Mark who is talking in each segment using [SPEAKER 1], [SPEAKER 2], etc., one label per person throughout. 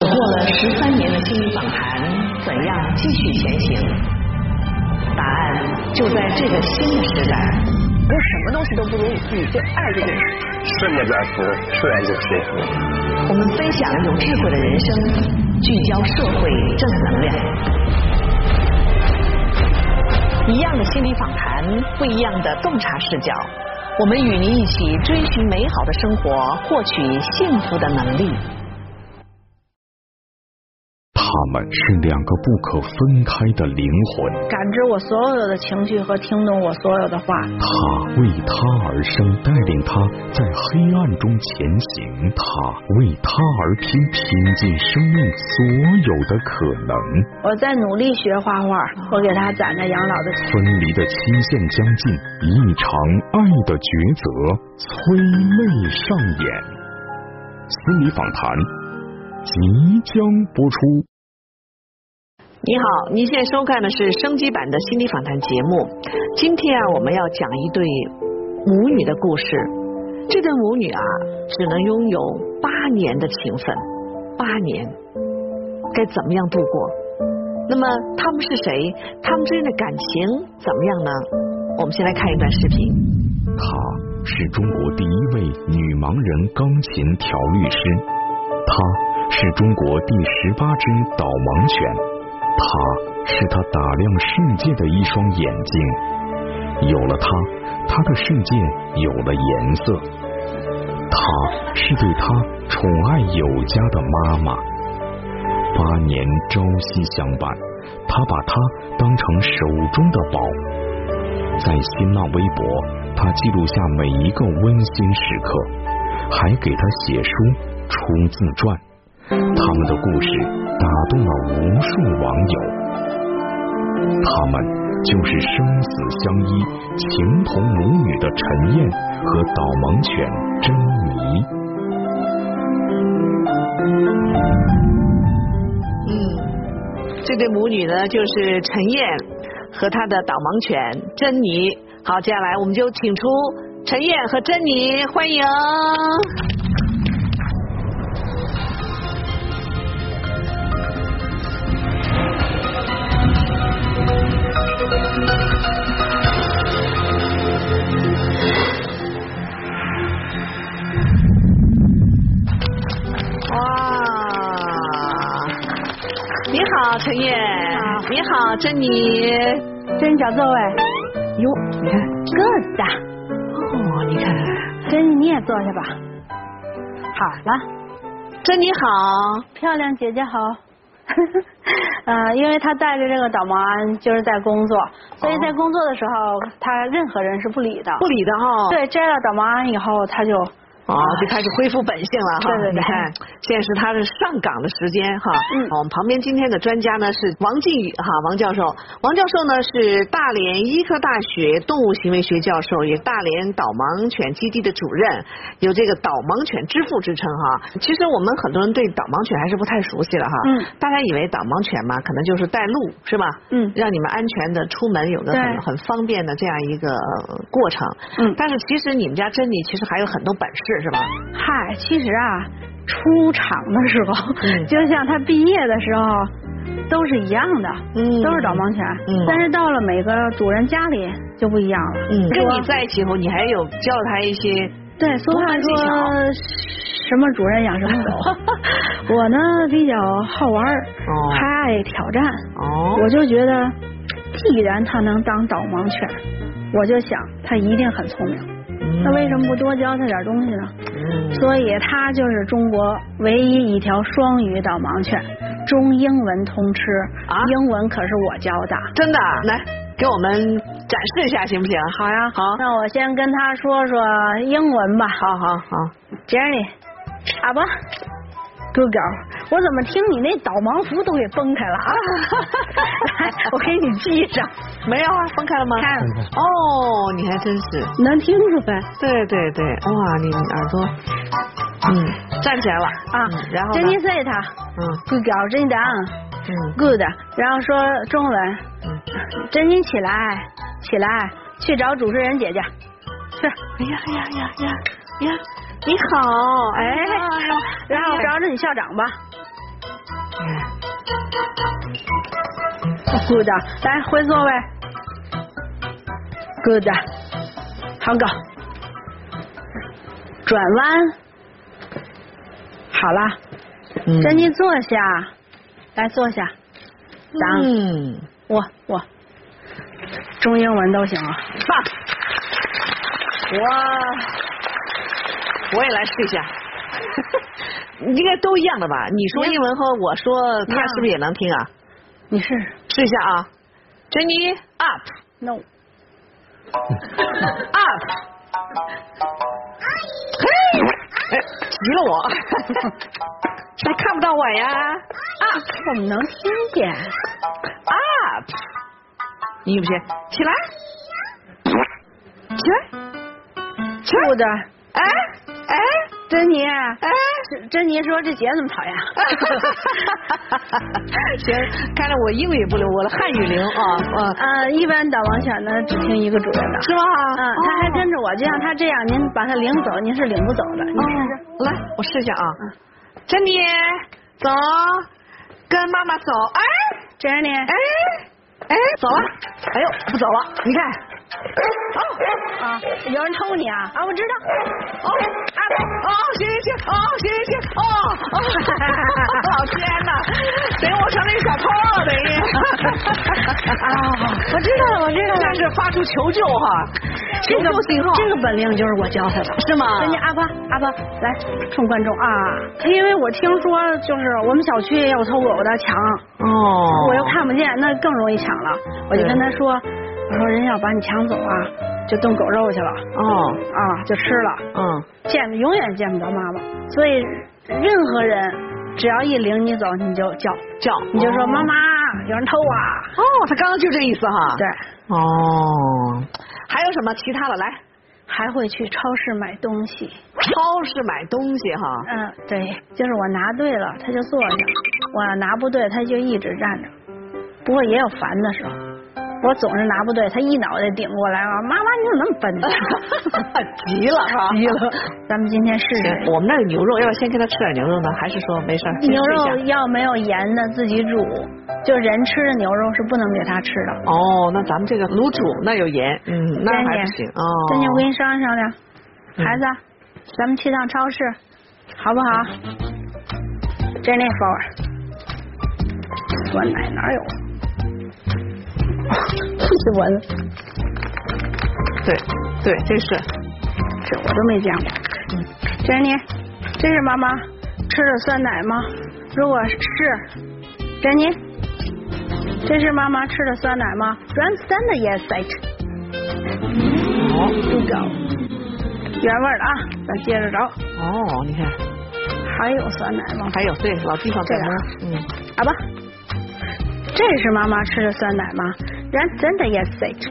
[SPEAKER 1] 过了十三年的心理访谈，怎样继续前行？答案就在这个新的时代。
[SPEAKER 2] 我什么东西都不如你对爱这件事。
[SPEAKER 3] 顺着转服，顺然就幸
[SPEAKER 1] 福。我们分享有智慧的人生，聚焦社会正能量。一样的心理访谈，不一样的洞察视角，我们与您一起追寻美好的生活，获取幸福的能力。
[SPEAKER 4] 他们是两个不可分开的灵魂，
[SPEAKER 5] 感知我所有的情绪和听懂我所有的话。
[SPEAKER 4] 他为他而生，带领他在黑暗中前行；他为他而拼，拼尽生命所有的可能。
[SPEAKER 5] 我在努力学画画，
[SPEAKER 1] 啊
[SPEAKER 5] 我给他攒着养老的钱。
[SPEAKER 4] 分离的期限将近，一场爱的抉择催泪上演。心理访谈即将播出。
[SPEAKER 1] 你好，您现在收看的是升级版的心理访谈节目。今天啊，我们要讲一对母女的故事。这对母女啊，只能拥有八年的情分，八年该怎么样度过？那么他们是谁？他们之间的感情怎么样呢？我们先来看一段视频。
[SPEAKER 4] 她是中国第一位女盲人钢琴调律师，她是中国第十八只导盲犬。她是他打量世界的一双眼睛，有了她，他的世界有了颜色。她是对他宠爱有加的妈妈，八年朝夕相伴，他把她当成手中的宝。在新浪微博，他记录下每一个温馨时刻，还给他写书、出自传。他们的故事。打动了无数网友，他们就是生死相依、情同母女的陈燕和导盲犬珍妮。
[SPEAKER 1] 嗯，这对母女呢，就是陈燕和她的导盲犬珍妮。好，接下来我们就请出陈燕和珍妮，欢迎。陈燕，你好，珍妮，
[SPEAKER 5] 珍小座位，
[SPEAKER 1] 哟，你看
[SPEAKER 5] ，good
[SPEAKER 1] 哦，你看，
[SPEAKER 5] 珍妮你也坐下吧，好了，
[SPEAKER 1] 珍妮好，
[SPEAKER 5] 漂亮姐姐好， 呃，因为她带着这个导盲就是在工作，所以在工作的时候，她任何人是不理的，
[SPEAKER 1] 不理的哈、哦，
[SPEAKER 5] 对，摘了导盲鞍以后，她就。
[SPEAKER 1] 哦，就开始恢复本性了哈。
[SPEAKER 5] 对对对，
[SPEAKER 1] 你看，现在是他的上岗的时间哈。嗯。我们旁边今天的专家呢是王靖宇哈，王教授。王教授呢是大连医科大学动物行为学教授，也大连导盲犬基地的主任，有这个导盲犬之父之称哈。其实我们很多人对导盲犬还是不太熟悉了哈。嗯。大家以为导盲犬嘛，可能就是带路是吧？
[SPEAKER 5] 嗯。
[SPEAKER 1] 让你们安全的出门，有个很很方便的这样一个呃过程。
[SPEAKER 5] 嗯。
[SPEAKER 1] 但是其实你们家珍妮其实还有很多本事。是吧？
[SPEAKER 5] 嗨，其实啊，出场的时候，嗯、就像他毕业的时候，都是一样的，
[SPEAKER 1] 嗯，
[SPEAKER 5] 都是导盲犬，
[SPEAKER 1] 嗯，
[SPEAKER 5] 但是到了每个主人家里就不一样了。
[SPEAKER 1] 嗯，跟你在一起后，你还有教他一些
[SPEAKER 5] 对，俗话说什么主人养什么狗。 我呢比较好玩，
[SPEAKER 1] 嗯哦、
[SPEAKER 5] 还爱挑战，
[SPEAKER 1] 哦，
[SPEAKER 5] 我就觉得，既然他能当导盲犬，我就想他一定很聪明。那为什么不多教他点东西呢？
[SPEAKER 1] 嗯、
[SPEAKER 5] 所以他就是中国唯一一条双语导盲犬，中英文通吃。
[SPEAKER 1] 啊，
[SPEAKER 5] 英文可是我教的。
[SPEAKER 1] 真的，来给我们展示一下行不行？
[SPEAKER 5] 好呀，
[SPEAKER 1] 好。
[SPEAKER 5] 那我先跟他说说英文吧。
[SPEAKER 1] 好好好
[SPEAKER 5] ，Jenny，阿巴。哥哥，我怎么听你那导盲服都给崩开了啊？ 来，我给你系 上。
[SPEAKER 1] 没有啊，崩开了吗？
[SPEAKER 5] 看，啊
[SPEAKER 1] 哦，你还真是
[SPEAKER 5] 能听出来。
[SPEAKER 1] 对对对，哇，你耳朵，嗯，站起来了
[SPEAKER 5] 啊。
[SPEAKER 1] 然后
[SPEAKER 5] 珍妮塞他，
[SPEAKER 1] 嗯，
[SPEAKER 5] 哥哥，珍妮当，
[SPEAKER 1] 嗯
[SPEAKER 5] ，good，然后说中文，
[SPEAKER 1] 嗯，
[SPEAKER 5] 珍妮起来，起来，去找主持人姐姐，去。
[SPEAKER 1] 哎呀哎呀呀呀哎呀！你好，
[SPEAKER 5] 哎，然后找找你校长吧。 Good，来回座位。Good，好搞。转弯。好了，
[SPEAKER 1] 嗯
[SPEAKER 5] 珍妮坐下，来坐下。咱、
[SPEAKER 1] 嗯，
[SPEAKER 5] 我我，中英文都行啊。
[SPEAKER 1] 棒！我我也来试一 下，应该都一样的吧？你说英文和我说，他是不是也能听啊？
[SPEAKER 5] 你试试。
[SPEAKER 1] 试一下啊，珍妮 up
[SPEAKER 5] No。
[SPEAKER 1] up，嘿，哎急了 我，还看不到我呀
[SPEAKER 5] 啊，我们能听见。
[SPEAKER 1] up，你不行，起来，起来，起来，哎
[SPEAKER 5] Good，
[SPEAKER 1] 哎
[SPEAKER 5] 珍妮。
[SPEAKER 1] 哎。
[SPEAKER 5] 珍珍妮说：“这姐怎么讨 厌？
[SPEAKER 1] 行，看来我英语不溜，我的汉语零啊，嗯，
[SPEAKER 5] 呃，一般导盲犬呢只听一个主人的。
[SPEAKER 1] 是吗？啊
[SPEAKER 5] 嗯，他还跟着我，就像他这样，您把他领走，您是领不走的。你
[SPEAKER 1] 哦
[SPEAKER 5] 试试。
[SPEAKER 1] 来，我试一下啊。
[SPEAKER 5] 嗯
[SPEAKER 1] 珍妮，走，跟妈妈走。哎
[SPEAKER 5] 珍妮，
[SPEAKER 1] 哎哎，走了。哎呦，不走了，你看。哦
[SPEAKER 5] 啊，有人抽你啊？啊，我知道。
[SPEAKER 1] 哦啊哦，行行行，哦行行行，哦哦，老天呐，等于我成了一个小偷了，等于。
[SPEAKER 5] 啊， 我知道了，我知道了
[SPEAKER 1] 但。是发出求救哈，求
[SPEAKER 5] 这个
[SPEAKER 1] 救信号。
[SPEAKER 5] 这个本领就是我教他的，
[SPEAKER 1] 是吗
[SPEAKER 5] 人家阿巴阿巴来冲观众啊，因为我听说就是我们小区也有偷狗的抢，
[SPEAKER 1] 哦
[SPEAKER 5] 我又看不见，那更容易抢了。我就跟他说，我说人要把你抢走啊，就炖狗肉去了
[SPEAKER 1] 哦，
[SPEAKER 5] 啊，就吃了，
[SPEAKER 1] 嗯，
[SPEAKER 5] 见永远见不着妈妈。所以任何人只要一领你走，你就叫，
[SPEAKER 1] 叫
[SPEAKER 5] 你就说
[SPEAKER 1] 哦
[SPEAKER 5] 妈妈有人偷啊，
[SPEAKER 1] 哦，他刚刚就这意思哈。
[SPEAKER 5] 对，，
[SPEAKER 1] 哦，还有什么其他的？来，
[SPEAKER 5] 还会去超市买东西。
[SPEAKER 1] 超市买东西哈。
[SPEAKER 5] 嗯，对，就是我拿对了，他就坐下；我拿不对，他就一直站着。不过也有烦的时候，我总是拿不对，他一脑袋顶过来啊！妈妈，你怎么那么笨呢？
[SPEAKER 1] 急了哈，
[SPEAKER 5] 急了。咱们今天试试
[SPEAKER 1] 行，我们那个牛肉，要不先给他吃点牛肉呢？还是说没事儿？先
[SPEAKER 5] 牛
[SPEAKER 1] 吃一下
[SPEAKER 5] 肉要没有盐的自己煮，就人吃的牛肉是不能给他吃的。
[SPEAKER 1] 哦，那咱们这个卤煮那有盐，嗯，那
[SPEAKER 5] 真
[SPEAKER 1] 还
[SPEAKER 5] 的
[SPEAKER 1] 不行哦。
[SPEAKER 5] 真的，我跟你商量商量，
[SPEAKER 1] 嗯
[SPEAKER 5] 孩子，咱们去趟超市，好不好？真那 forward，我奶哪有？ 这蚊子，
[SPEAKER 1] 对对，这是
[SPEAKER 5] 这我都没见过。
[SPEAKER 1] 嗯
[SPEAKER 5] 珍妮，这是妈妈吃的酸奶吗？如果是，珍妮，这是妈妈吃的酸奶吗？Grandstand yes, it.
[SPEAKER 1] 哦
[SPEAKER 5] 不搞，原味儿的啊，咱接着找。
[SPEAKER 1] 哦，你看
[SPEAKER 5] 还有酸奶吗？
[SPEAKER 1] 还有对老地方在摸，
[SPEAKER 5] 啊
[SPEAKER 1] 嗯，
[SPEAKER 5] 好吧，这是妈妈吃的酸奶吗？人真的也塞着，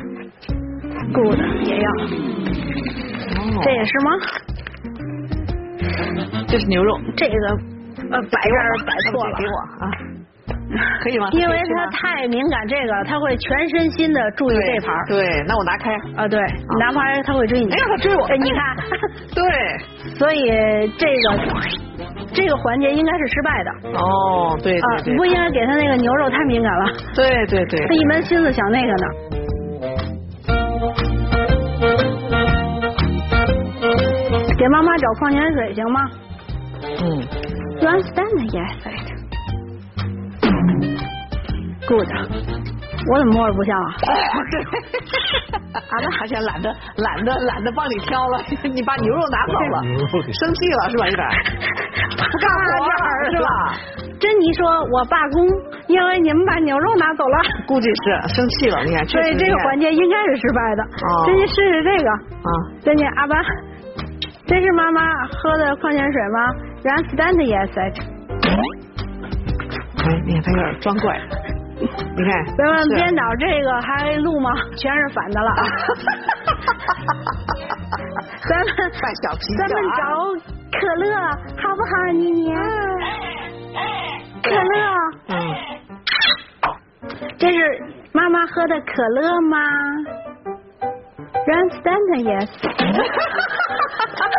[SPEAKER 5] 雇的也要，
[SPEAKER 1] 哦
[SPEAKER 5] 这也是吗？
[SPEAKER 1] 这是牛肉，
[SPEAKER 5] 啊这个呃摆这儿摆错了
[SPEAKER 1] 给，我啊，可以吗？
[SPEAKER 5] 因为
[SPEAKER 1] 可以吃吗
[SPEAKER 5] 他太敏感这个，他会全身心的注意
[SPEAKER 1] 对
[SPEAKER 5] 这盘儿。
[SPEAKER 1] 对，那我拿开。
[SPEAKER 5] 啊，对，你拿盘儿他会追你。
[SPEAKER 1] 哎呀，他追我！
[SPEAKER 5] 哎你看，
[SPEAKER 1] 对，
[SPEAKER 5] 所以这个这个环节应该是失败的
[SPEAKER 1] 哦，对
[SPEAKER 5] 啊
[SPEAKER 1] 对，
[SPEAKER 5] 你
[SPEAKER 1] 对，
[SPEAKER 5] 不应该给他那个牛肉太敏感了，
[SPEAKER 1] 对对对
[SPEAKER 5] 他，一门心思想那个呢。给妈妈找矿泉水行吗
[SPEAKER 1] 嗯，
[SPEAKER 5] ？One stand, yes, right. Good. 我怎么摸着不像 啊？
[SPEAKER 1] 啊，那好像懒得懒得懒得帮你挑了， 你把牛肉拿走 了，生气了是吧？有 点儿不干活了是吧？
[SPEAKER 5] 珍妮说：“我罢工，因为你们把牛肉拿走了，
[SPEAKER 1] 估计是生气了，你看，
[SPEAKER 5] 所以这个环
[SPEAKER 1] 节
[SPEAKER 5] 节应该是失败的。
[SPEAKER 1] 哦
[SPEAKER 5] 珍妮试试这个。
[SPEAKER 1] 啊，
[SPEAKER 5] 珍妮阿巴，这是妈妈喝的矿泉水吗？One stand, yes, right.
[SPEAKER 1] 哎，你看他有点装怪，你看，
[SPEAKER 5] 别问
[SPEAKER 1] 是
[SPEAKER 5] 编导这个还录吗？全是 反的了。咱们
[SPEAKER 1] 犯小脾气
[SPEAKER 5] 咱们
[SPEAKER 1] 啊
[SPEAKER 5] 找可乐好不好，妮妮？
[SPEAKER 1] 哎
[SPEAKER 5] 可乐，
[SPEAKER 1] 嗯，
[SPEAKER 5] 这是妈妈喝的可乐吗？Run stand yes。
[SPEAKER 6] 是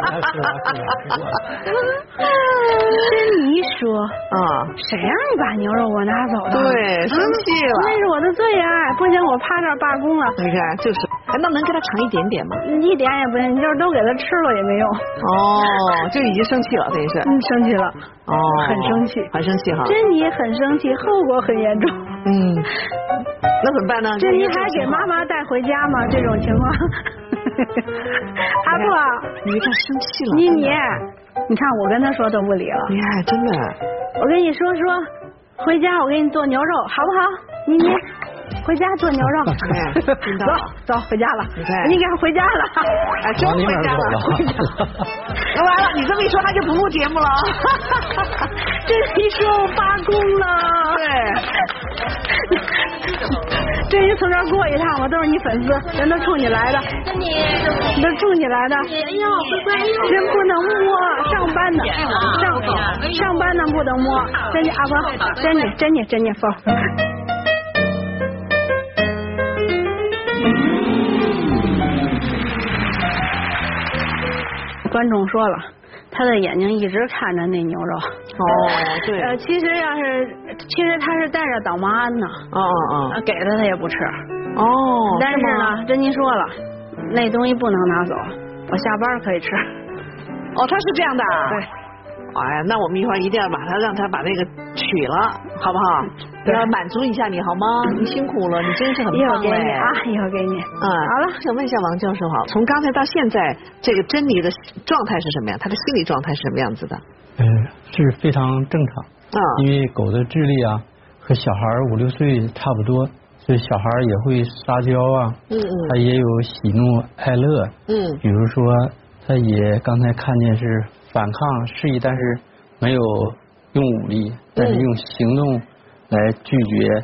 [SPEAKER 6] 啊是啊是啊。
[SPEAKER 5] 是你说，
[SPEAKER 1] 啊，
[SPEAKER 5] 谁让你把牛肉我拿走了？嗯
[SPEAKER 1] 对生气了
[SPEAKER 5] 那是我的最爱，不行，我趴这儿罢工了，
[SPEAKER 1] 你看就是，哎，那能给他尝一点点吗？
[SPEAKER 5] 一点也不行，你就是都给他吃了也没用。
[SPEAKER 1] 哦，就已经生气了，等于是，
[SPEAKER 5] 嗯，生气了，
[SPEAKER 1] 哦，
[SPEAKER 5] 很生气
[SPEAKER 1] 很生气哈。
[SPEAKER 5] 珍妮很生气，后果很 严重。
[SPEAKER 1] 嗯，那怎么办呢？
[SPEAKER 5] 珍妮
[SPEAKER 1] 这
[SPEAKER 5] 还
[SPEAKER 1] 种
[SPEAKER 5] 给
[SPEAKER 1] 情况
[SPEAKER 5] 妈妈带回家吗？这 种情况，阿婆，
[SPEAKER 1] 你看生气了，
[SPEAKER 5] 妮
[SPEAKER 1] 真的
[SPEAKER 5] 妮，你看我跟他说都不理了，
[SPEAKER 1] 你看真的，
[SPEAKER 5] 我跟你说说，回家我给你做牛肉好不好？妮妮，
[SPEAKER 1] 嗯
[SPEAKER 5] 回家做牛 肉，
[SPEAKER 1] 哎真 的
[SPEAKER 5] 走走回家了
[SPEAKER 1] 你看，
[SPEAKER 5] 你给他回家了，
[SPEAKER 1] 哎，真
[SPEAKER 6] 往你
[SPEAKER 1] 回
[SPEAKER 6] 那儿
[SPEAKER 1] 家了，回家了。
[SPEAKER 6] 走了。
[SPEAKER 1] 那完了，你这么一说，他就不录节目了。
[SPEAKER 5] 这一说我罢工了，对，这一从这儿过一趟吧，都是你粉丝，人都冲你来的，都冲你来的，哎呦，人不能摸，上班呢，上上班呢不能摸，真的阿婆，真的真的真的疯。观众说了，他的眼睛一直看着那牛肉。
[SPEAKER 1] 哦，对，
[SPEAKER 5] 呃，其实要是，其实他是带着导盲鞍呢，
[SPEAKER 1] 哦哦
[SPEAKER 5] 呃给了他也不吃。
[SPEAKER 1] 哦，哦，
[SPEAKER 5] 但是
[SPEAKER 1] 吗？
[SPEAKER 5] 呢，珍妮说了，那东西不能拿走，我下班可以吃。
[SPEAKER 1] 哦，他是这样的啊。
[SPEAKER 5] 对
[SPEAKER 1] 哎呀，那我们一会儿一定要把他让他把那个取了，好不好？
[SPEAKER 5] 对
[SPEAKER 1] 要满足一下你好吗？你辛苦了，你真是很
[SPEAKER 5] 一会儿
[SPEAKER 1] 棒哎
[SPEAKER 5] 给你
[SPEAKER 1] 嘞。
[SPEAKER 5] 啊，一会儿给你。
[SPEAKER 1] 嗯，好了，想问一下王教授哈，从刚才到现在，这个珍妮的状态是什么样？她的心理状态是什么样子的？
[SPEAKER 6] 嗯，是非常正常，
[SPEAKER 1] 啊，
[SPEAKER 6] 因为狗的智力啊和小孩儿五六岁差不多，所以小孩儿也会撒娇啊，
[SPEAKER 1] 嗯嗯
[SPEAKER 6] 他也有喜怒哀乐。
[SPEAKER 1] 嗯
[SPEAKER 6] 比如说，他也刚才看见是反抗示意，但是没有用武力，但是用行动来拒绝。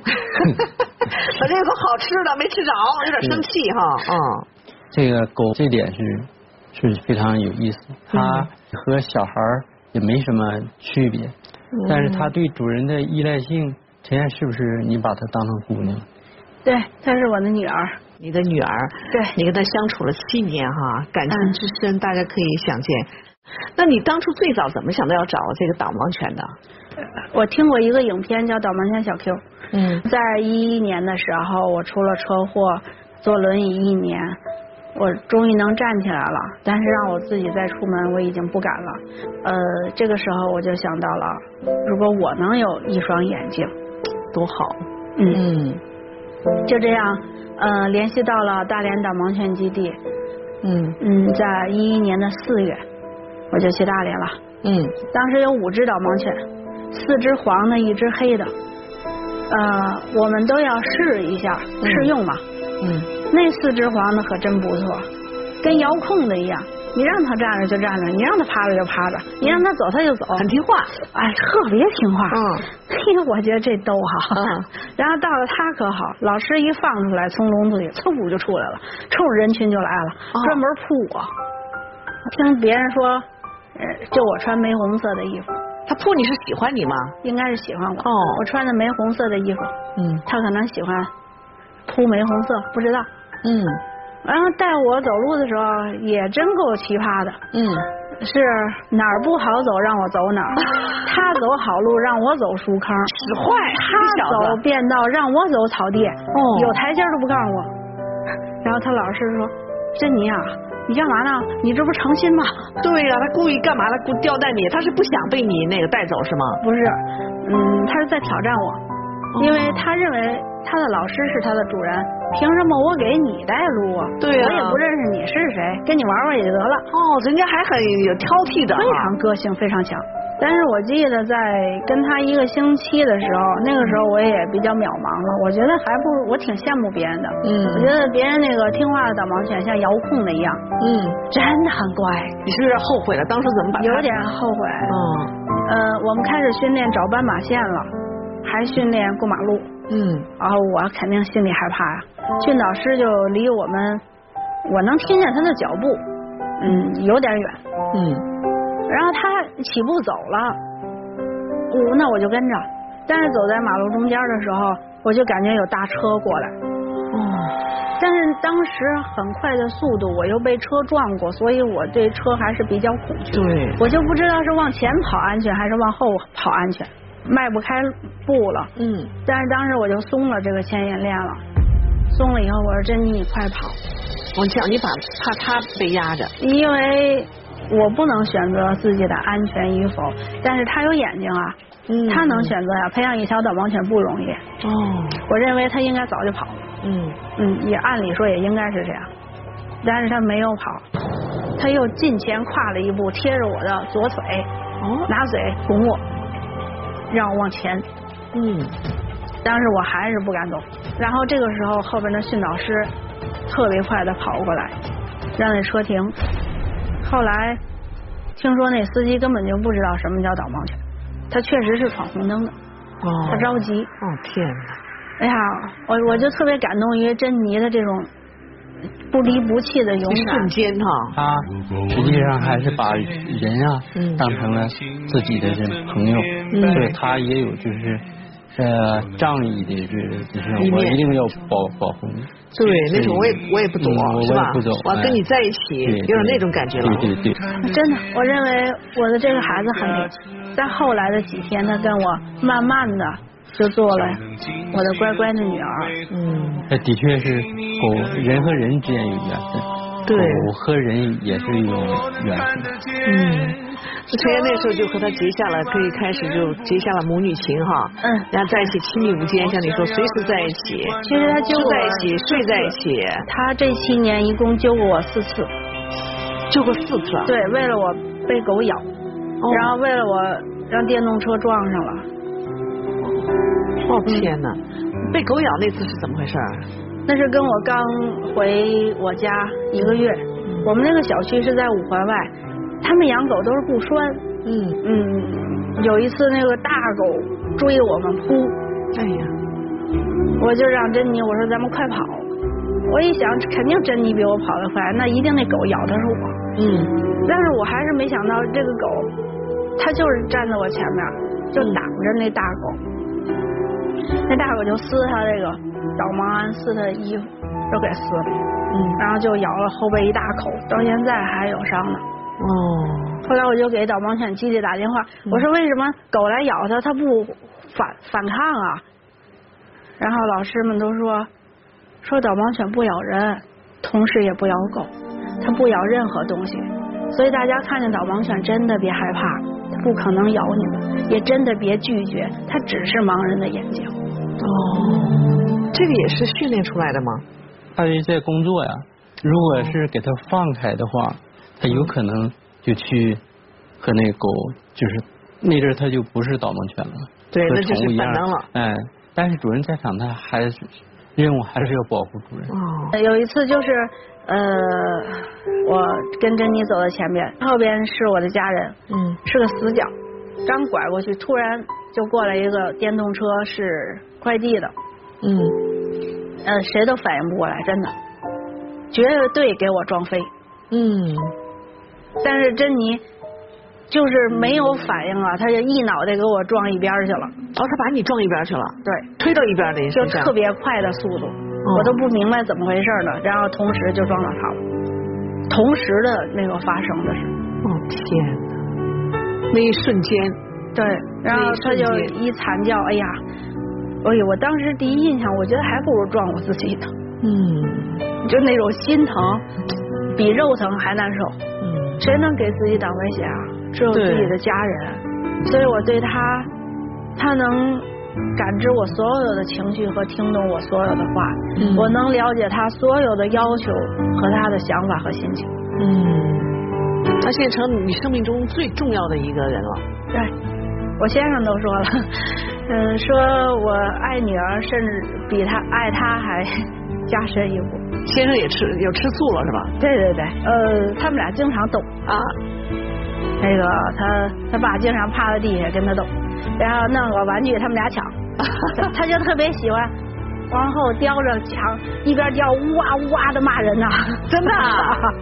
[SPEAKER 1] 反正有个好吃的没吃着，有点生气哈。嗯
[SPEAKER 6] 这个狗这点是是非常有意思，
[SPEAKER 1] 嗯
[SPEAKER 6] 它和小孩儿也没什么区别，
[SPEAKER 1] 嗯
[SPEAKER 6] 但是它对主人的依赖性，陈燕是不是你把它当成姑娘？
[SPEAKER 5] 对，她是我的女儿。
[SPEAKER 1] 你的女儿，
[SPEAKER 5] 对
[SPEAKER 1] 你跟她相处了七年哈，感情
[SPEAKER 5] 嗯
[SPEAKER 1] 之深，大家可以想见。那你当初最早怎么想到要找这个导盲犬的？
[SPEAKER 5] 我听过一个影片叫《导盲犬小 Q》，
[SPEAKER 1] 嗯
[SPEAKER 5] 在一一年的时候，我出了车祸，坐轮椅一年，我终于能站起来了。但是让我自己再出门，我已经不敢了。呃，这个时候我就想到了，如果我能有一双眼睛，
[SPEAKER 1] 多好。
[SPEAKER 5] 嗯，
[SPEAKER 1] 嗯
[SPEAKER 5] 就这样，呃，联系到了大连导盲犬基地。
[SPEAKER 1] 嗯
[SPEAKER 5] 嗯，在一一年的四月，我就去大连了。
[SPEAKER 1] 嗯
[SPEAKER 5] 当时有五只导盲犬，四只黄的，一只黑的。呃，我们都要试一下
[SPEAKER 1] 嗯
[SPEAKER 5] 试用嘛。
[SPEAKER 1] 嗯
[SPEAKER 5] 那四只黄的可真不错，跟遥控的一样，你让它站着就站着，你让它趴着就趴着，你让它走它就走，
[SPEAKER 1] 很听话。
[SPEAKER 5] 哎，特别听话。
[SPEAKER 1] 嗯，
[SPEAKER 5] 嘿，哎我觉得这都好。
[SPEAKER 1] 嗯
[SPEAKER 5] 然后到了它可好，老师一放出来，从笼子里嗖就出来了，冲着人群就来了，
[SPEAKER 1] 哦
[SPEAKER 5] 专门扑我。听别人说，呃，就我穿玫红色的衣服，
[SPEAKER 1] 他扑你是喜欢你吗？
[SPEAKER 5] 应该是喜欢我。
[SPEAKER 1] 哦
[SPEAKER 5] 我穿的玫红色的衣服，
[SPEAKER 1] 嗯
[SPEAKER 5] 他可能喜欢扑玫红色，不知道。
[SPEAKER 1] 嗯
[SPEAKER 5] 然后带我走路的时候也真够奇葩的，
[SPEAKER 1] 嗯，
[SPEAKER 5] 是哪儿不好走让我走哪儿，他走好路让我走树坑，
[SPEAKER 1] 使坏，这
[SPEAKER 5] 他
[SPEAKER 1] 小
[SPEAKER 5] 走
[SPEAKER 1] 子。
[SPEAKER 5] 便道让我走草地，
[SPEAKER 1] 哦
[SPEAKER 5] 有台阶都不告诉我。然后他老师说：“珍妮啊，你干嘛呢？你这不成心吗？
[SPEAKER 1] 对呀、他故意干嘛？他故吊带你，他是不想被你那个带走是吗？
[SPEAKER 5] 不是，嗯，他是在挑战
[SPEAKER 1] 哦
[SPEAKER 5] 我，因为他认为他的老师是他的主人，凭什么我给你带路啊？
[SPEAKER 1] 对啊
[SPEAKER 5] 我也不认识你是谁，跟你玩玩也就得了。
[SPEAKER 1] 哦，人家还很有挑剔的、啊。
[SPEAKER 5] 非常个性非常强。但是我记得在跟他一个星期的时候，那个时候我也比较渺茫了。我觉得还不如我挺羡慕别人的，
[SPEAKER 1] 嗯
[SPEAKER 5] 我觉得别人那个听话的导盲犬像遥控的一样，
[SPEAKER 1] 嗯，
[SPEAKER 5] 真的很乖，
[SPEAKER 1] 你是不是有点后悔了？当初怎么把他
[SPEAKER 5] 有点后悔。
[SPEAKER 1] 嗯
[SPEAKER 5] 呃，我们开始训练找斑马线了，还训练过马路，
[SPEAKER 1] 嗯。
[SPEAKER 5] 然后我肯定心里害怕呀、训导师就离我们，我能听见他的脚步，嗯，有点远。
[SPEAKER 1] 嗯
[SPEAKER 5] 然后他起步走了，我那我就跟着，但是走在马路中间的时候，我就感觉有大车过来，
[SPEAKER 1] 哦
[SPEAKER 5] 但是当时很快的速度，我又被车撞过，所以我对车还是比较恐惧。
[SPEAKER 1] 对
[SPEAKER 5] 我就不知道是往前跑安全还是往后跑安全，迈不开步了。
[SPEAKER 1] 嗯，
[SPEAKER 5] 但是当时我就松了这个牵引链了，松了以后我说珍妮你快跑，
[SPEAKER 1] 我想你把怕他被压着，
[SPEAKER 5] 因为我不能选择自己的安全与否，但是他有眼睛啊，
[SPEAKER 1] 嗯
[SPEAKER 5] 他能选择呀、培养一条导盲犬不容易，
[SPEAKER 1] 哦，
[SPEAKER 5] 我认为他应该早就跑了。
[SPEAKER 1] 嗯，
[SPEAKER 5] 嗯，也按理说也应该是这样，但是他没有跑，他又近前跨了一步，贴着我的左腿，
[SPEAKER 1] 哦，
[SPEAKER 5] 拿嘴拱我，让我往前。
[SPEAKER 1] 嗯，
[SPEAKER 5] 但是我还是不敢走。然后这个时候，后边的训导师特别快的跑过来，让那车停。后来听说那司机根本就不知道什么叫导盲犬，他确实是闯红灯的，
[SPEAKER 1] 哦，
[SPEAKER 5] 他着急。
[SPEAKER 1] 哦天哪，
[SPEAKER 5] 哎呀，我我就特别感动于珍妮的这种不离不弃的勇
[SPEAKER 1] 一
[SPEAKER 5] 敢
[SPEAKER 1] 瞬。间哈、
[SPEAKER 6] 他实际
[SPEAKER 1] 啊
[SPEAKER 6] 上还是把人啊
[SPEAKER 1] 嗯
[SPEAKER 6] 当成了自己的这朋友，
[SPEAKER 1] 嗯
[SPEAKER 6] 就是他也有就是呃仗义的这就是
[SPEAKER 1] 一面
[SPEAKER 6] 我一定要保保护你，
[SPEAKER 1] 对，那种我也我也不懂，
[SPEAKER 6] 嗯我
[SPEAKER 1] 是
[SPEAKER 6] 我也
[SPEAKER 1] 吧？
[SPEAKER 6] 不懂
[SPEAKER 1] 我要跟你
[SPEAKER 6] 哎
[SPEAKER 1] 在一起，
[SPEAKER 6] 对
[SPEAKER 1] 有点那种感觉了。
[SPEAKER 6] 对对对，
[SPEAKER 5] 真的，我认为我的这个孩子很厉害。在后来的几天，他跟我慢慢的就做了我的乖乖的女儿。
[SPEAKER 1] 嗯，
[SPEAKER 6] 这的确是狗人和人之间有缘分，
[SPEAKER 1] 对，
[SPEAKER 6] 狗和人也是一种缘分。
[SPEAKER 1] 嗯，陈岩那时候就和他结下了，可以开始就结下了母女情哈。
[SPEAKER 5] 嗯
[SPEAKER 1] 然后在一起亲密无间，像你说，随时在一起，
[SPEAKER 5] 其实他揪
[SPEAKER 1] 吃
[SPEAKER 5] 过
[SPEAKER 1] 在
[SPEAKER 5] 我
[SPEAKER 1] 一起，睡在一起，
[SPEAKER 5] 嗯他这七年一共揪过我四次，
[SPEAKER 1] 救过四次啊。
[SPEAKER 5] 对，为了我被狗咬，
[SPEAKER 1] 哦，
[SPEAKER 5] 然后为了我让电动车撞上了，
[SPEAKER 1] 哦天哪，被狗咬那次是怎么回事儿？
[SPEAKER 5] 那是跟我刚回我家一个月，我们那个小区是在五环外，他们养狗都是不拴，
[SPEAKER 1] 嗯，
[SPEAKER 5] 嗯，有一次那个大狗追我们扑，
[SPEAKER 1] 哎呀，
[SPEAKER 5] 我就让珍妮我说咱们快跑，我一想肯定珍妮比我跑得快，那一定那狗咬的是我。
[SPEAKER 1] 嗯，
[SPEAKER 5] 但是我还是没想到这个狗，它就是站在我前面，就挡着那大狗。那大狗就撕它这个导盲鞍，撕它的衣服，就给撕了，
[SPEAKER 1] 嗯，
[SPEAKER 5] 然后就咬了后背一大口，到现在还有伤呢。
[SPEAKER 1] 哦，
[SPEAKER 5] 后来我就给导盲犬基地打电话，我说为什么狗来咬它，它不反反抗啊？然后老师们都说，说导盲犬不咬人，同时也不咬狗，它不咬任何东西，所以大家看见导盲犬真的别害怕，它不可能咬你们，也真的别拒绝，它只是盲人的眼睛。
[SPEAKER 1] 哦，这个也是训练出来的吗？
[SPEAKER 6] 他于在工作呀，如果是给他放开的话，他有可能就去和那狗，就是那阵儿他就不是导盲犬了，
[SPEAKER 1] 对
[SPEAKER 6] 和
[SPEAKER 1] 那就是
[SPEAKER 6] 宠物一
[SPEAKER 1] 本能
[SPEAKER 6] 样
[SPEAKER 1] 了。
[SPEAKER 6] 哎，但是主人在场，他还是任务还是要保护主人。
[SPEAKER 1] 哦，
[SPEAKER 5] 呃有一次就是，呃，我跟珍妮走到前边，后边是我的家人，
[SPEAKER 1] 嗯，
[SPEAKER 5] 是个死角，刚拐过去，突然就过来一个电动车，是快递的，
[SPEAKER 1] 嗯，
[SPEAKER 5] 呃，谁都反应不过来，真的，绝对给我撞飞。
[SPEAKER 1] 嗯，
[SPEAKER 5] 但是珍妮就是没有反应啊，她就一脑袋给我撞一边儿去了，
[SPEAKER 1] 哦，他把你撞一边去了，
[SPEAKER 5] 对，
[SPEAKER 1] 推到一边的，
[SPEAKER 5] 就特别快的速度，
[SPEAKER 1] 嗯
[SPEAKER 5] 我都不明白怎么回事儿呢，然后同时就撞到她了，同时的那个发生的是。
[SPEAKER 1] 哦天哪！那一瞬间，
[SPEAKER 5] 对，然后他就
[SPEAKER 1] 瞬间
[SPEAKER 5] 一惨叫，哎呀，哎呦！我当时第一印象，我觉得还不如撞我自己呢，
[SPEAKER 1] 嗯
[SPEAKER 5] 就那种心疼，比肉疼还难受。
[SPEAKER 1] 嗯，
[SPEAKER 5] 谁能给自己挡危险啊？只有自己的家人。所以我对他，他能感知我所有的情绪和听懂我所有的话，
[SPEAKER 1] 嗯
[SPEAKER 5] 我能了解他所有的要求和他的想法和心情。
[SPEAKER 1] 嗯，他现在成你生命中最重要的一个人了。
[SPEAKER 5] 对，哎我先生都说了， 嗯，说我爱女儿，甚至比他爱他还 加深一步。
[SPEAKER 1] 先生也吃有吃素了是吧？
[SPEAKER 5] 对对对，呃，他们俩经常斗，
[SPEAKER 1] 啊，
[SPEAKER 5] 那个他他爸经常趴在地下跟他斗，然后弄个玩具他们俩 抢，他他就特别喜欢。往后叼着抢，一边叼呜哇呜哇的骂人呐、真的、
[SPEAKER 1] 啊哦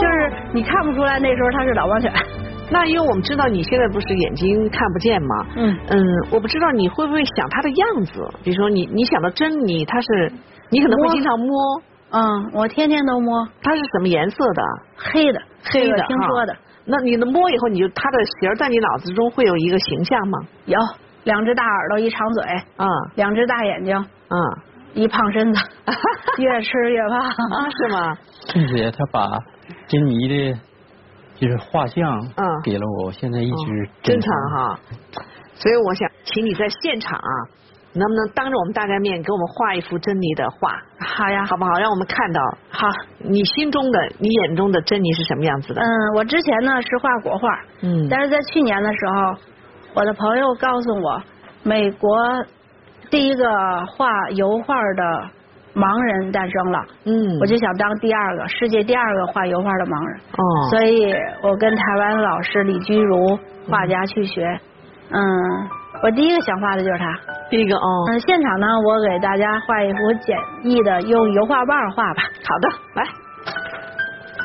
[SPEAKER 5] 就是你看不出来那时候他是导盲犬，
[SPEAKER 1] 那因为我们知道你现在不是眼睛看不见吗？
[SPEAKER 5] 嗯
[SPEAKER 1] 嗯，我不知道你会不会想他的样子，比如说你你想到珍妮，她是你可能会
[SPEAKER 5] 摸
[SPEAKER 1] 经常摸，
[SPEAKER 5] 嗯，我天天都摸
[SPEAKER 1] 它是什么颜色的？
[SPEAKER 5] 黑的，
[SPEAKER 1] 黑
[SPEAKER 5] 这
[SPEAKER 1] 的
[SPEAKER 5] 个听说的
[SPEAKER 1] 哈。那你摸以后，你就它的形儿在你脑子中会有一个形象吗？
[SPEAKER 5] 有两只大耳朵，一长嘴，
[SPEAKER 1] 啊
[SPEAKER 5] 两只大眼睛，
[SPEAKER 1] 啊
[SPEAKER 5] 一胖身 子，越吃越胖。
[SPEAKER 1] 啊，是 吗？
[SPEAKER 6] 并且他把珍妮的，就是画像
[SPEAKER 1] 嗯
[SPEAKER 6] 给了我，我现在一直
[SPEAKER 1] 珍藏。哈。所以我想，请你在现场啊，能不能当着我们大家面给我们画一幅珍妮的画，
[SPEAKER 5] 好呀，
[SPEAKER 1] 好不好？让我们看到
[SPEAKER 5] 好。
[SPEAKER 1] 你心中的、你眼中的珍妮是什么样子的？
[SPEAKER 5] 嗯，我之前呢是画国画，
[SPEAKER 1] 嗯
[SPEAKER 5] 但是在去年的时候，我的朋友告诉我，美国第一个画油画的盲人诞生了，
[SPEAKER 1] 嗯，
[SPEAKER 5] 我就想当第二个，世界第二个画油画的盲人。
[SPEAKER 1] 哦，
[SPEAKER 5] 所以我跟台湾老师李居如画家去学。嗯，我第一个想画的就是他。
[SPEAKER 1] 第一个哦，
[SPEAKER 5] 嗯，现场呢，我给大家画一幅简易的，用油画棒画吧。
[SPEAKER 1] 好的，来，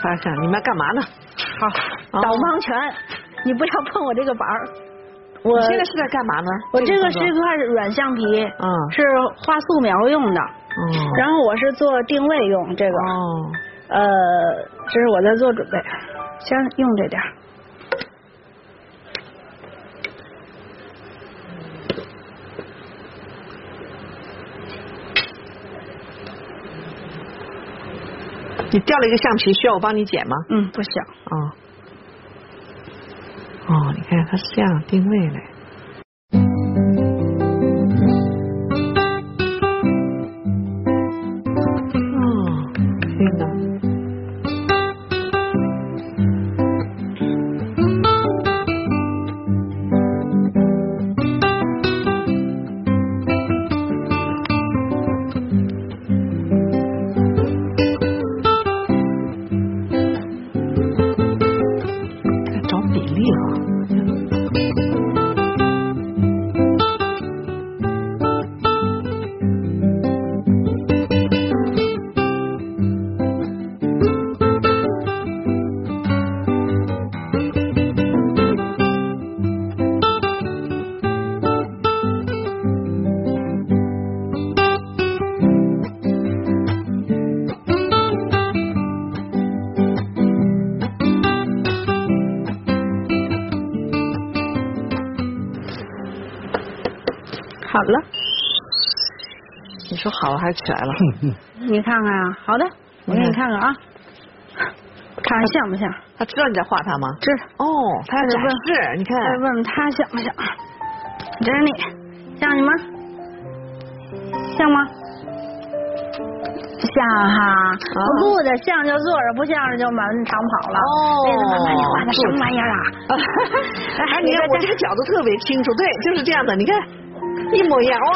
[SPEAKER 1] 发看你们要干嘛呢？
[SPEAKER 5] 好，
[SPEAKER 1] 哦
[SPEAKER 5] 导盲犬，你不要碰我这个板儿。我
[SPEAKER 1] 你现在是在干嘛呢？
[SPEAKER 5] 我这个
[SPEAKER 1] 动
[SPEAKER 5] 是
[SPEAKER 1] 作
[SPEAKER 5] 一块软橡皮，
[SPEAKER 1] 嗯
[SPEAKER 5] 是画素描用的。
[SPEAKER 1] 哦
[SPEAKER 5] 然后我是做定位用这个，
[SPEAKER 1] 哦，
[SPEAKER 5] 呃，这是我在做准备，先用这点儿。
[SPEAKER 1] 你掉了一个橡皮，需要我帮你捡吗？
[SPEAKER 5] 嗯，不行，
[SPEAKER 1] 哦，哦，你看它是这样定位的。哦，对的。在找比例啊。
[SPEAKER 5] 好了。
[SPEAKER 1] 你说好了还起来了？
[SPEAKER 5] 嗯你看看啊，好的，我给你看看啊，看看像不像？
[SPEAKER 1] 他知道你在画他吗？
[SPEAKER 5] 这
[SPEAKER 1] 哦，他要展示，你看，
[SPEAKER 5] 再问问他像不像？这是你像你吗？像吗？像哈，不顾的像就坐着，不像是就满场跑了。
[SPEAKER 1] 哦
[SPEAKER 5] 哎呀，妈妈，你画的什么玩意儿啊？
[SPEAKER 1] 哎，你看我这个角度特别清楚，对，就是这样的，你看一模一样，哇，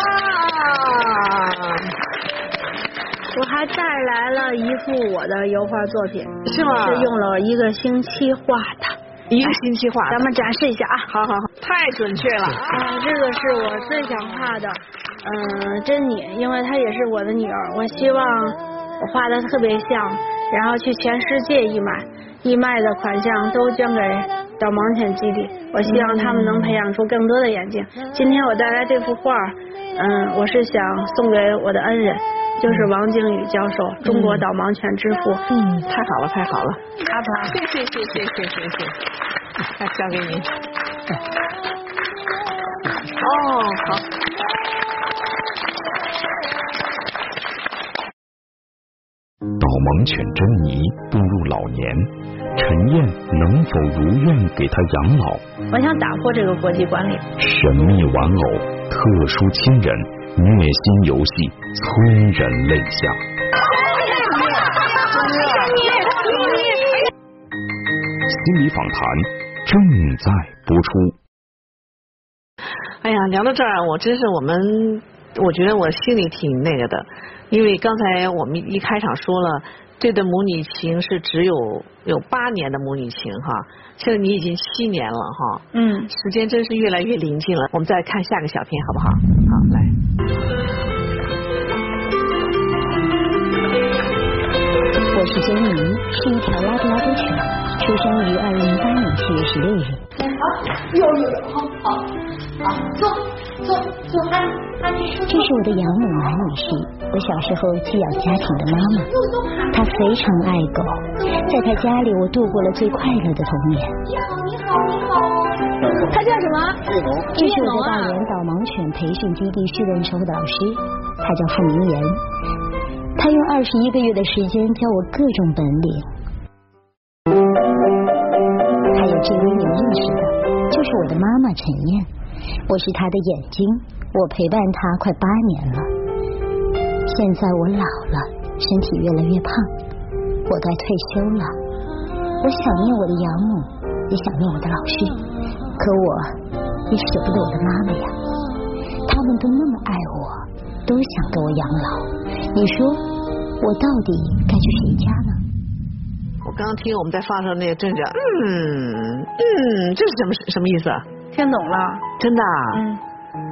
[SPEAKER 5] 我还带来了一幅我的油画作品，
[SPEAKER 1] 是吗
[SPEAKER 5] 是用了一个星期画的，
[SPEAKER 1] 一个星期画的，
[SPEAKER 5] 咱们展示一下啊。
[SPEAKER 1] 好好好，太准确了啊！
[SPEAKER 5] 啊，这个是我最想画的，嗯，珍妮，因为她也是我的女儿，我希望我画的特别像，然后去全世界义卖，义卖的款项都捐给导盲犬基地，我希望他们能培养出更多的眼睛。今天我带来这幅画儿，嗯，我是想送给我的恩人，就是王靖宇教授，中国导盲犬之父。
[SPEAKER 1] 嗯，太好了，太好了，
[SPEAKER 5] 阿普拉
[SPEAKER 1] 谢谢谢谢谢谢谢谢，那交给您。哦，好。
[SPEAKER 4] 导盲犬珍妮步入老年，陈燕能否如愿给她养老？
[SPEAKER 5] 我想打破这个国际惯例。
[SPEAKER 4] 神秘玩偶、特殊亲人、虐心游戏，催人泪下。心理访谈正在播出。
[SPEAKER 1] 哎呀，聊到这儿，我真是我们，我觉得我心里挺那个的，因为刚才我们一开场说了，这对母女情是只有有八年的母女情哈，现在你已经七年了哈，
[SPEAKER 5] 嗯。
[SPEAKER 1] 时间真是越来越临近了。我们再看下个小片好不好？好，来。
[SPEAKER 7] 我是珍妮，是一条拉布拉多犬，出生于二零零八年四月十六日。
[SPEAKER 8] 好，又有好好好，坐。做做安安利舒
[SPEAKER 7] 这是我的养母马女士，我小时候寄养家庭的妈妈，她非常爱狗，在她家里我度过了最快乐的童年。
[SPEAKER 8] 你好，你好，你好。
[SPEAKER 5] 他叫什么？啊
[SPEAKER 7] 这是我在大连导盲犬培训基地训练时候的老师，他叫付明言，他用二十一个月的时间教我各种本领。还有这位你认识的，就是我的妈妈陈燕，我是她的眼睛，我陪伴她快八年了。现在我老了，身体越来越胖，我该退休了。我想念我的养母，也想念我的老师。可我也舍不得我的妈妈呀，他们都那么爱我，都想给我养老。你说我到底该去谁家 呢？
[SPEAKER 1] 我刚听我们在放上那个阵仗，嗯嗯，这是什么什么意思啊？
[SPEAKER 5] 听懂了？
[SPEAKER 1] 真的、啊，
[SPEAKER 5] 嗯，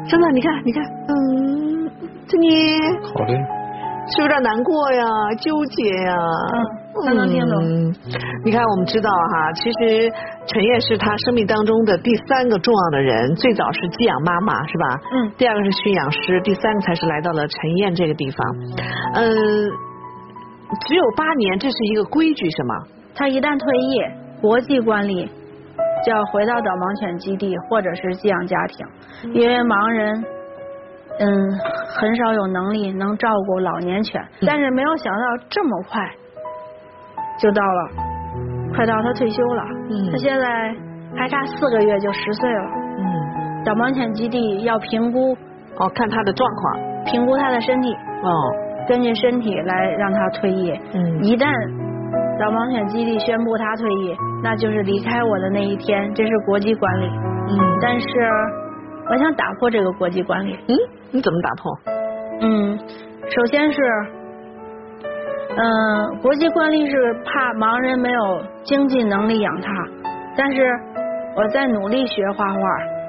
[SPEAKER 1] 真的，你看，你看，嗯，这你
[SPEAKER 6] 考虑
[SPEAKER 1] 是不是有点难过呀？纠结呀？
[SPEAKER 5] 嗯他能听懂
[SPEAKER 1] 嗯。你看，我们知道哈，其实陈烨是他生命当中的第三个重要的人，最早是寄养妈妈是吧？
[SPEAKER 5] 嗯
[SPEAKER 1] 第二个是驯养师，第三个才是来到了陈燕这个地方。嗯，只有八年，这是一个规矩是吗？
[SPEAKER 5] 他一旦退役，国际惯例就要回到导盲犬基地或者是寄养家庭，因为盲人。嗯，很少有能力能照顾老年犬，但是没有想到这么快就到了，快到他退休了。
[SPEAKER 1] 嗯
[SPEAKER 5] 他现在还差四个月就十岁了。
[SPEAKER 1] 嗯，
[SPEAKER 5] 导盲犬基地要评估
[SPEAKER 1] 哦，看他的状况
[SPEAKER 5] 评估他的身体，
[SPEAKER 1] 哦，
[SPEAKER 5] 根据身体来让他退役。
[SPEAKER 1] 嗯
[SPEAKER 5] 一旦导盲犬基地宣布他退役，那就是离开我的那一天，这是国际惯例。
[SPEAKER 1] 嗯
[SPEAKER 5] 但是我想打破这个国际惯例。
[SPEAKER 1] 嗯，你怎么打破？
[SPEAKER 5] 嗯，首先是，嗯、国际惯例是怕盲人没有经济能力养它，但是我在努力学画画，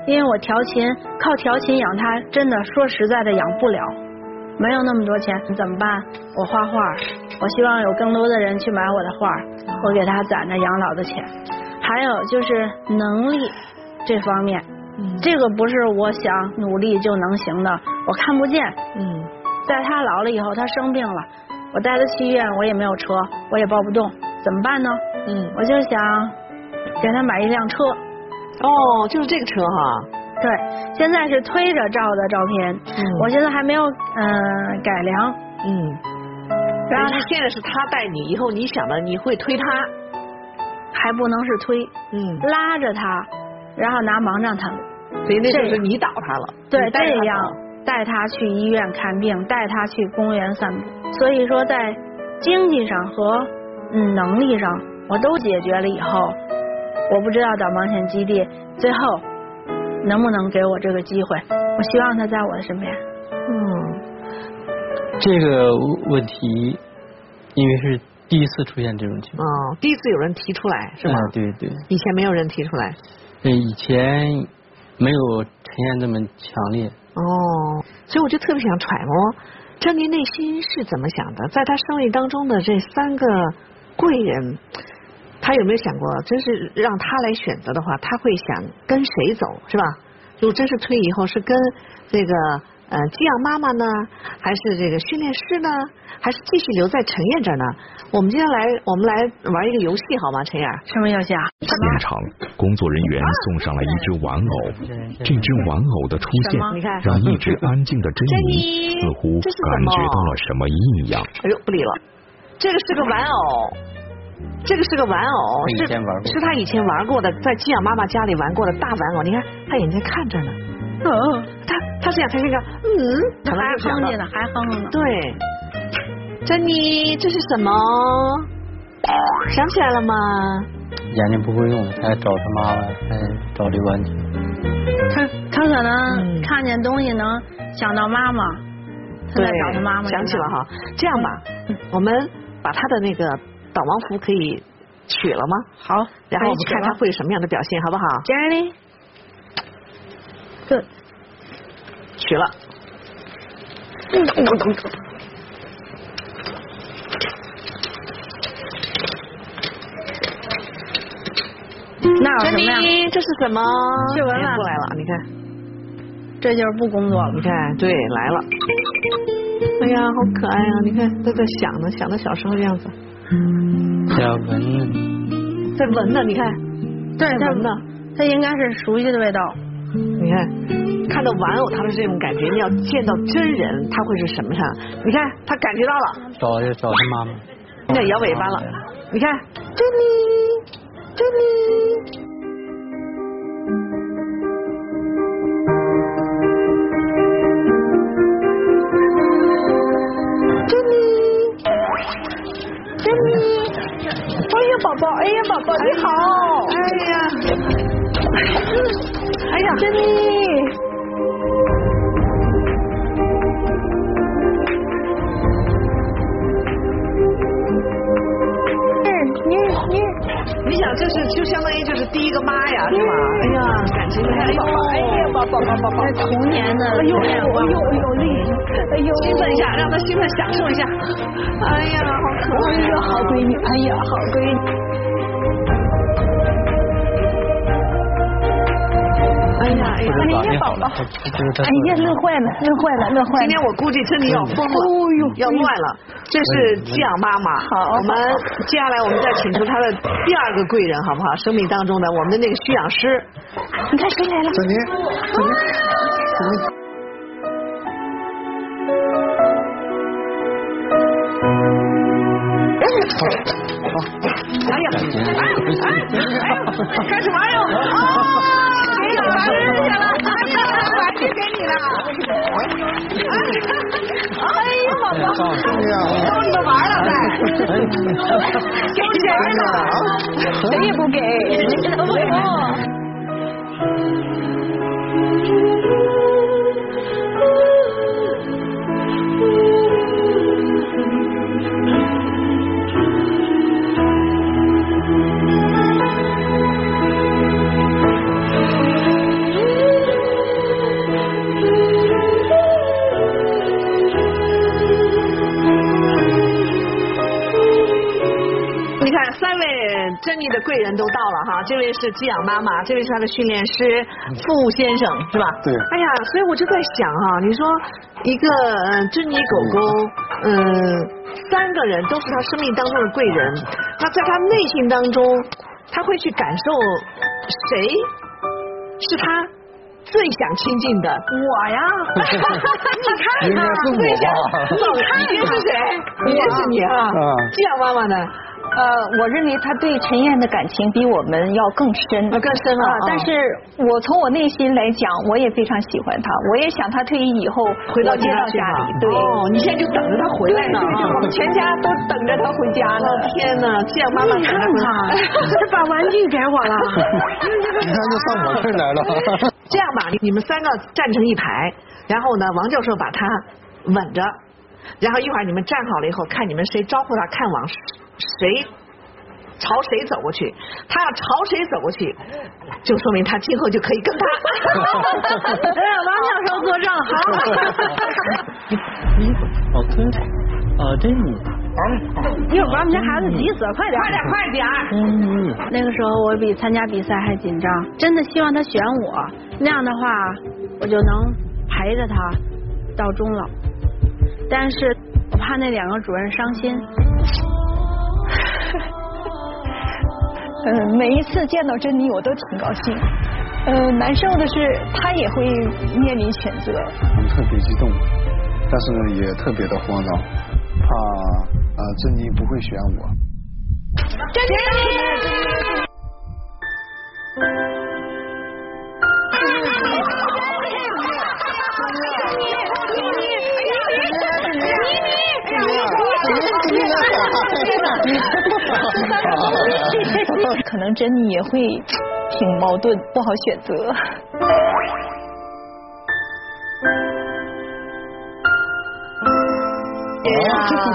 [SPEAKER 5] 因为我调琴，靠调琴养它，真的说实在的养不了，没有那么多钱，怎么办？我画画，我希望有更多的人去买我的画，我给他攒着养老的钱。还有就是能力这方面，
[SPEAKER 1] 嗯
[SPEAKER 5] 这个不是我想努力就能行的，我看不见，
[SPEAKER 1] 嗯
[SPEAKER 5] 在他老了以后，他生病了，我带他去医院，我也没有车，我也抱不动，怎么办呢？
[SPEAKER 1] 嗯，
[SPEAKER 5] 我就想给他买一辆车。
[SPEAKER 1] 哦，就是这个车哈，
[SPEAKER 5] 对，现在是推着照的照片，
[SPEAKER 1] 嗯
[SPEAKER 5] 我现在还没有嗯、呃改良，
[SPEAKER 1] 嗯，
[SPEAKER 5] 然
[SPEAKER 1] 然
[SPEAKER 5] 后
[SPEAKER 1] 后现在是他带你，以后你想了你会推他，
[SPEAKER 5] 还不能是推，
[SPEAKER 1] 嗯，
[SPEAKER 5] 拉着他，然后拿盲杖他们。
[SPEAKER 1] 所以那就
[SPEAKER 5] 这
[SPEAKER 1] 是
[SPEAKER 5] 样
[SPEAKER 1] 你导他了，
[SPEAKER 5] 对
[SPEAKER 1] 你，带
[SPEAKER 5] 这
[SPEAKER 1] 他
[SPEAKER 5] 样
[SPEAKER 1] 走
[SPEAKER 5] 带他去医院看病，带他去公园散步。所以说，在经济上和嗯能力上，我都解决了以后，我不知道导盲犬基地最后能不能给我这个机会。我希望他在我的身边。嗯
[SPEAKER 6] 这个问题，因为是第一次出现这种情况，
[SPEAKER 1] 哦，第一次有人提出来是吗？
[SPEAKER 6] 哎对对，
[SPEAKER 1] 以前没有人提出来。
[SPEAKER 6] 这呃以前没有陈燕这么强烈。
[SPEAKER 1] 哦，所以我就特别想揣摩珍妮内心是怎么想的，在她生命当中的这三个贵人，她有没有想过，真是让她来选择的话，她会想跟谁走，是吧？如果真是退役以后，是跟这个呃寄养妈妈呢，还是这个训练师呢，还是继续留在陈燕这儿呢？我们接下来我们来玩一个游戏好吗？陈燕儿，
[SPEAKER 5] 什么游戏啊？
[SPEAKER 4] 现场工作人员送上了一只玩偶，这只玩偶的出现
[SPEAKER 1] 你看
[SPEAKER 4] 让 一直安静的珍妮似乎
[SPEAKER 1] 这是什
[SPEAKER 4] 感
[SPEAKER 1] 么
[SPEAKER 4] 觉到了什么异样。
[SPEAKER 1] 哎呦，不理了。这个是个玩偶，这个是个玩偶，
[SPEAKER 6] 他以
[SPEAKER 1] 是
[SPEAKER 6] 前玩过
[SPEAKER 1] 是他以前玩过的，在寄养妈妈家里玩过的大玩偶。你看，他眼睛看着呢，
[SPEAKER 5] 哦，
[SPEAKER 1] 他他是想他这个，嗯，可能
[SPEAKER 5] 还
[SPEAKER 1] 就想
[SPEAKER 5] 哼
[SPEAKER 1] 到
[SPEAKER 5] 唧呢，还哼着呢。
[SPEAKER 1] 对，珍妮，这是什么？想起来了吗？
[SPEAKER 6] 眼睛不会用，还找他妈妈，还找这个问题。
[SPEAKER 5] 他他可能
[SPEAKER 1] 嗯
[SPEAKER 5] 看见东西能想到妈妈，他
[SPEAKER 1] 对
[SPEAKER 5] 在找他妈妈。
[SPEAKER 1] 想起了。哈。这样吧，我们把他的那个导盲服可以取了吗？
[SPEAKER 5] 好，
[SPEAKER 1] 然后我
[SPEAKER 5] 可以
[SPEAKER 1] 们
[SPEAKER 5] 取
[SPEAKER 1] 看他
[SPEAKER 5] 了
[SPEAKER 1] 会有什么样的表现，好不好？
[SPEAKER 5] Jenny。Good.
[SPEAKER 1] 取了。
[SPEAKER 5] 那有
[SPEAKER 1] 珍
[SPEAKER 5] 什么呀？
[SPEAKER 1] 妮，这是什么？
[SPEAKER 5] 去闻闻
[SPEAKER 1] 哎过来了，你看，
[SPEAKER 5] 这就是不工作了
[SPEAKER 1] 你。看，对，来了。哎呀，好可爱啊！你看，都在想呢，想着小时候的样子，
[SPEAKER 6] 叫闻
[SPEAKER 1] 在闻呢。你看，
[SPEAKER 5] 对，
[SPEAKER 1] 在
[SPEAKER 5] 它
[SPEAKER 1] 闻呢。
[SPEAKER 5] 它应该是熟悉的味道。
[SPEAKER 1] 你看，看到玩偶他是这种感觉，你要见到真人，他会是什么样？你看，他感觉到了，
[SPEAKER 6] 找就找他妈妈。
[SPEAKER 1] 你看摇尾巴了。你看，这里，这里。
[SPEAKER 2] 哎呀，宝宝，哎呀，宝宝，你好，
[SPEAKER 1] 哎呀，
[SPEAKER 2] 哎呀，珍妮。
[SPEAKER 1] 你想这是就相当于就是第一个妈呀，是吧？哎呀，感情哎呦，哎呀，宝宝宝宝宝，
[SPEAKER 5] 童年的
[SPEAKER 1] 哎呦哎呦哎呦哎呦，
[SPEAKER 2] 哎呦，
[SPEAKER 1] 兴奋一下，让他兴奋享受一下。哎呀，好可爱呀，好
[SPEAKER 2] 闺女，哎呀，好闺女。
[SPEAKER 1] 哎呀哎呀，
[SPEAKER 6] 不知道
[SPEAKER 2] 哎呀
[SPEAKER 6] 你好
[SPEAKER 2] 宝宝
[SPEAKER 6] 了，不不是他
[SPEAKER 2] 哎呀，乐
[SPEAKER 5] 啊
[SPEAKER 2] 坏了，乐坏了，乐坏了
[SPEAKER 1] 今天。我估计珍妮要疯
[SPEAKER 2] 哎
[SPEAKER 1] 了
[SPEAKER 2] 呦，
[SPEAKER 1] 要乱了。这是寄养妈妈，
[SPEAKER 2] 好
[SPEAKER 1] 我们接下来我们再请出她的第二个贵人，好不好？生命当中的我们的那个驯养师，
[SPEAKER 2] 你看谁来了？
[SPEAKER 3] 珍妮，珍妮，珍妮。
[SPEAKER 1] 哎呀，哎哎哎，开始玩哟！啊，给你
[SPEAKER 2] 啊
[SPEAKER 1] 玩人去了，哎呀，玩具给你了。哎呀，宝宝，
[SPEAKER 6] 照
[SPEAKER 3] 哎呀，
[SPEAKER 1] 逗你们玩了呗，给你玩呢。
[SPEAKER 2] 谁也不给。
[SPEAKER 1] 你看，三位珍妮的贵人都到了哈，这位是寄养妈妈，这位是她的训练师傅先生，是吧？
[SPEAKER 3] 对
[SPEAKER 1] 哎呀，所以我就在想哈、你说一个呃珍妮狗狗，嗯、三个人都是她生命当中的贵人，那在她内心当中，她会去感受谁是她最想亲近的？
[SPEAKER 2] 我呀，你看
[SPEAKER 6] 应该
[SPEAKER 2] 看，
[SPEAKER 6] 是我吧？
[SPEAKER 1] 你一定是谁？一定是你哈、
[SPEAKER 6] 啊
[SPEAKER 1] 寄养妈妈呢？
[SPEAKER 2] 呃，我认为他对陈燕的感情比我们要更深。
[SPEAKER 1] 啊更深了
[SPEAKER 2] 啊
[SPEAKER 1] 啊
[SPEAKER 2] 但是我从我内心来讲，我也非常喜欢他，我也想他退役以后
[SPEAKER 1] 回到
[SPEAKER 2] 我接
[SPEAKER 1] 家
[SPEAKER 2] 到
[SPEAKER 1] 去
[SPEAKER 2] 家
[SPEAKER 1] 哈
[SPEAKER 2] 里。对，
[SPEAKER 1] 哦， 你现在就等着他回来呢啊！
[SPEAKER 2] 我们全家都等着他回家
[SPEAKER 1] 我
[SPEAKER 2] 呢。
[SPEAKER 1] 的哦天哪，这样妈妈
[SPEAKER 5] 你看看，他把玩具 给我了。
[SPEAKER 3] 你看就上我这儿来了。
[SPEAKER 1] 这样吧，你们三个站成一排，然后呢，王教授把他稳着，然后一会儿你们站好了以后，看你们谁招呼他看往谁朝谁走过去，他要朝谁走过去，就说明他今后就可以跟他。
[SPEAKER 5] 王教授作证，
[SPEAKER 6] 好吞，啊，这你，
[SPEAKER 5] 一会儿把我们家孩子急死了，快点，快点，快点！
[SPEAKER 6] 嗯，
[SPEAKER 5] 那个时候我比参加比赛还紧张，真的希望他选我，那样的话我就能陪着他到终老。但是我怕那两个主任伤心，
[SPEAKER 2] 嗯，每一次见到珍妮，我都挺高兴。呃，难受的是，她也会面临选择。
[SPEAKER 3] 我特别激动，但是呢也特别的慌张，怕啊珍妮不会选我。
[SPEAKER 2] 可能珍妮也会挺矛盾，不好选择。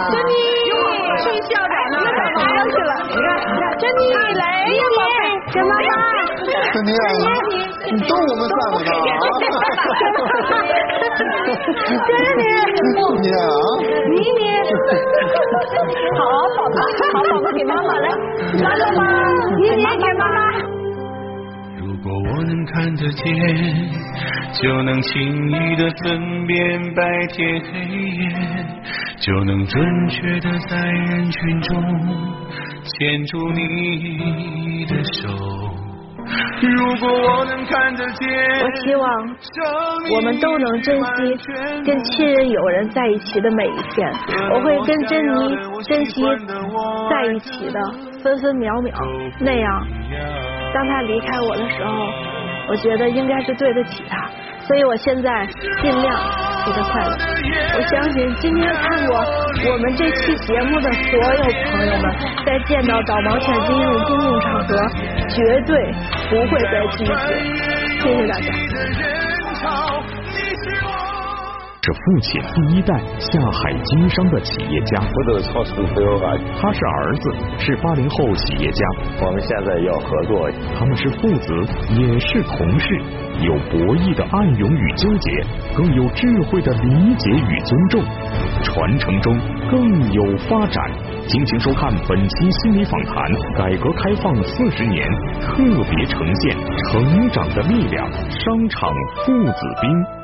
[SPEAKER 5] 去校长那儿
[SPEAKER 3] 啊
[SPEAKER 5] 拿去了。你看，珍妮来，珍妮，珍妈妈。
[SPEAKER 3] 珍妮啊，你逗我们三个呢？珍妮啊，
[SPEAKER 2] 好，宝宝，好，宝宝给妈妈来，妈妈，你也给妈妈。
[SPEAKER 4] 如果我
[SPEAKER 9] 能看得见，就能轻易的分辨白天黑夜，就能准确的在人群中牵住你的手。如果我能看得见，
[SPEAKER 5] 我希望我们都能珍惜跟亲人友人在一起的每一天。我会跟珍妮珍惜在一起的分分秒秒，那样当他离开我的时候，我觉得应该是对得起他。所以我现在尽量给他快乐。我相信今天看过我们这期节目的所有朋友们，在见到导盲犬进入公共场合，绝对不会再拒绝。谢谢大家。
[SPEAKER 4] 是父亲第一代下海经商的企业家，
[SPEAKER 10] 不走超市不要啊！
[SPEAKER 4] 他是儿子，是八零后企业家，
[SPEAKER 10] 我们现在要合作，
[SPEAKER 4] 他们是父子，也是同事，有博弈的暗涌与纠结，更有智慧的理解与尊重，传承中更有发展。敬请收看本期心理访谈：改革开放四十年特别呈现《成长的力量》，商场父子兵。